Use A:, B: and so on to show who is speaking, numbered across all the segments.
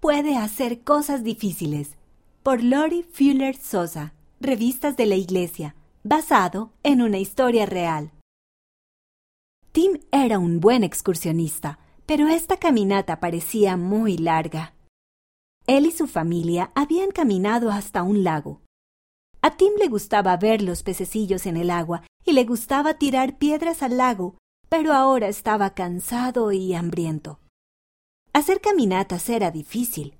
A: puede hacer cosas difíciles. Por Lori Fuller Sosa, Revistas de la Iglesia, basado en una historia real. Tim era un buen excursionista, pero esta caminata parecía muy larga. Él y su familia habían caminado hasta un lago. A Tim le gustaba ver los pececillos en el agua y le gustaba tirar piedras al lago, pero ahora estaba cansado y hambriento. Hacer caminatas era difícil.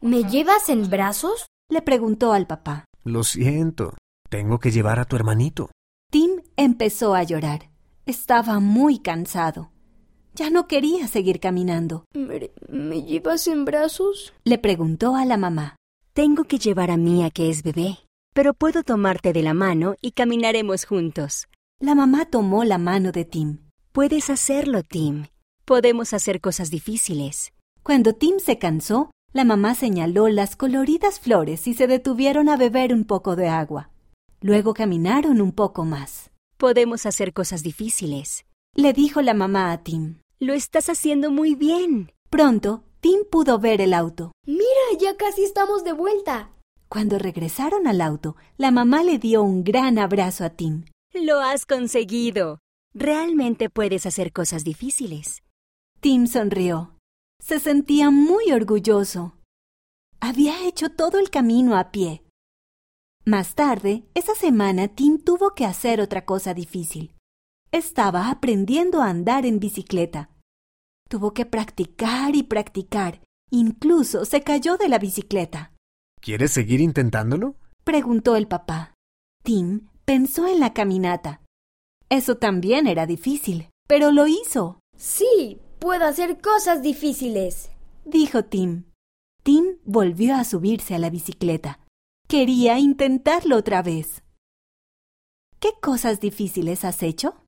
B: ¿Me llevas en brazos?
A: Le preguntó al papá.
C: Lo siento, tengo que llevar a tu hermanito.
A: Tim empezó a llorar. Estaba muy cansado. Ya no quería seguir caminando.
B: ¿Me, me llevas en brazos?
A: Le preguntó a la mamá.
D: Tengo que llevar a Mía, que es bebé, pero puedo tomarte de la mano y caminaremos juntos.
A: La mamá tomó la mano de Tim.
D: Puedes hacerlo, Tim. Podemos hacer cosas difíciles.
A: Cuando Tim se cansó, la mamá señaló las coloridas flores y se detuvieron a beber un poco de agua. Luego caminaron un poco más.
D: Podemos hacer cosas difíciles,
A: le dijo la mamá a Tim.
D: Lo estás haciendo muy bien.
A: Pronto, Tim pudo ver el auto.
B: Mira, ya casi estamos de vuelta.
A: Cuando regresaron al auto, la mamá le dio un gran abrazo a Tim.
D: Lo has conseguido. Realmente puedes hacer cosas difíciles.
A: Tim sonrió. Se sentía muy orgulloso. Había hecho todo el camino a pie. Más tarde, esa semana, Tim tuvo que hacer otra cosa difícil. Estaba aprendiendo a andar en bicicleta. Tuvo que practicar y practicar. Incluso se cayó de la bicicleta.
C: ¿Quieres seguir intentándolo?
A: preguntó el papá. Tim pensó en la caminata. Eso también era difícil, pero lo hizo.
B: Sí, puedo hacer cosas difíciles,
A: dijo Tim. Tim volvió a subirse a la bicicleta. Quería intentarlo otra vez. ¿Qué cosas difíciles has hecho?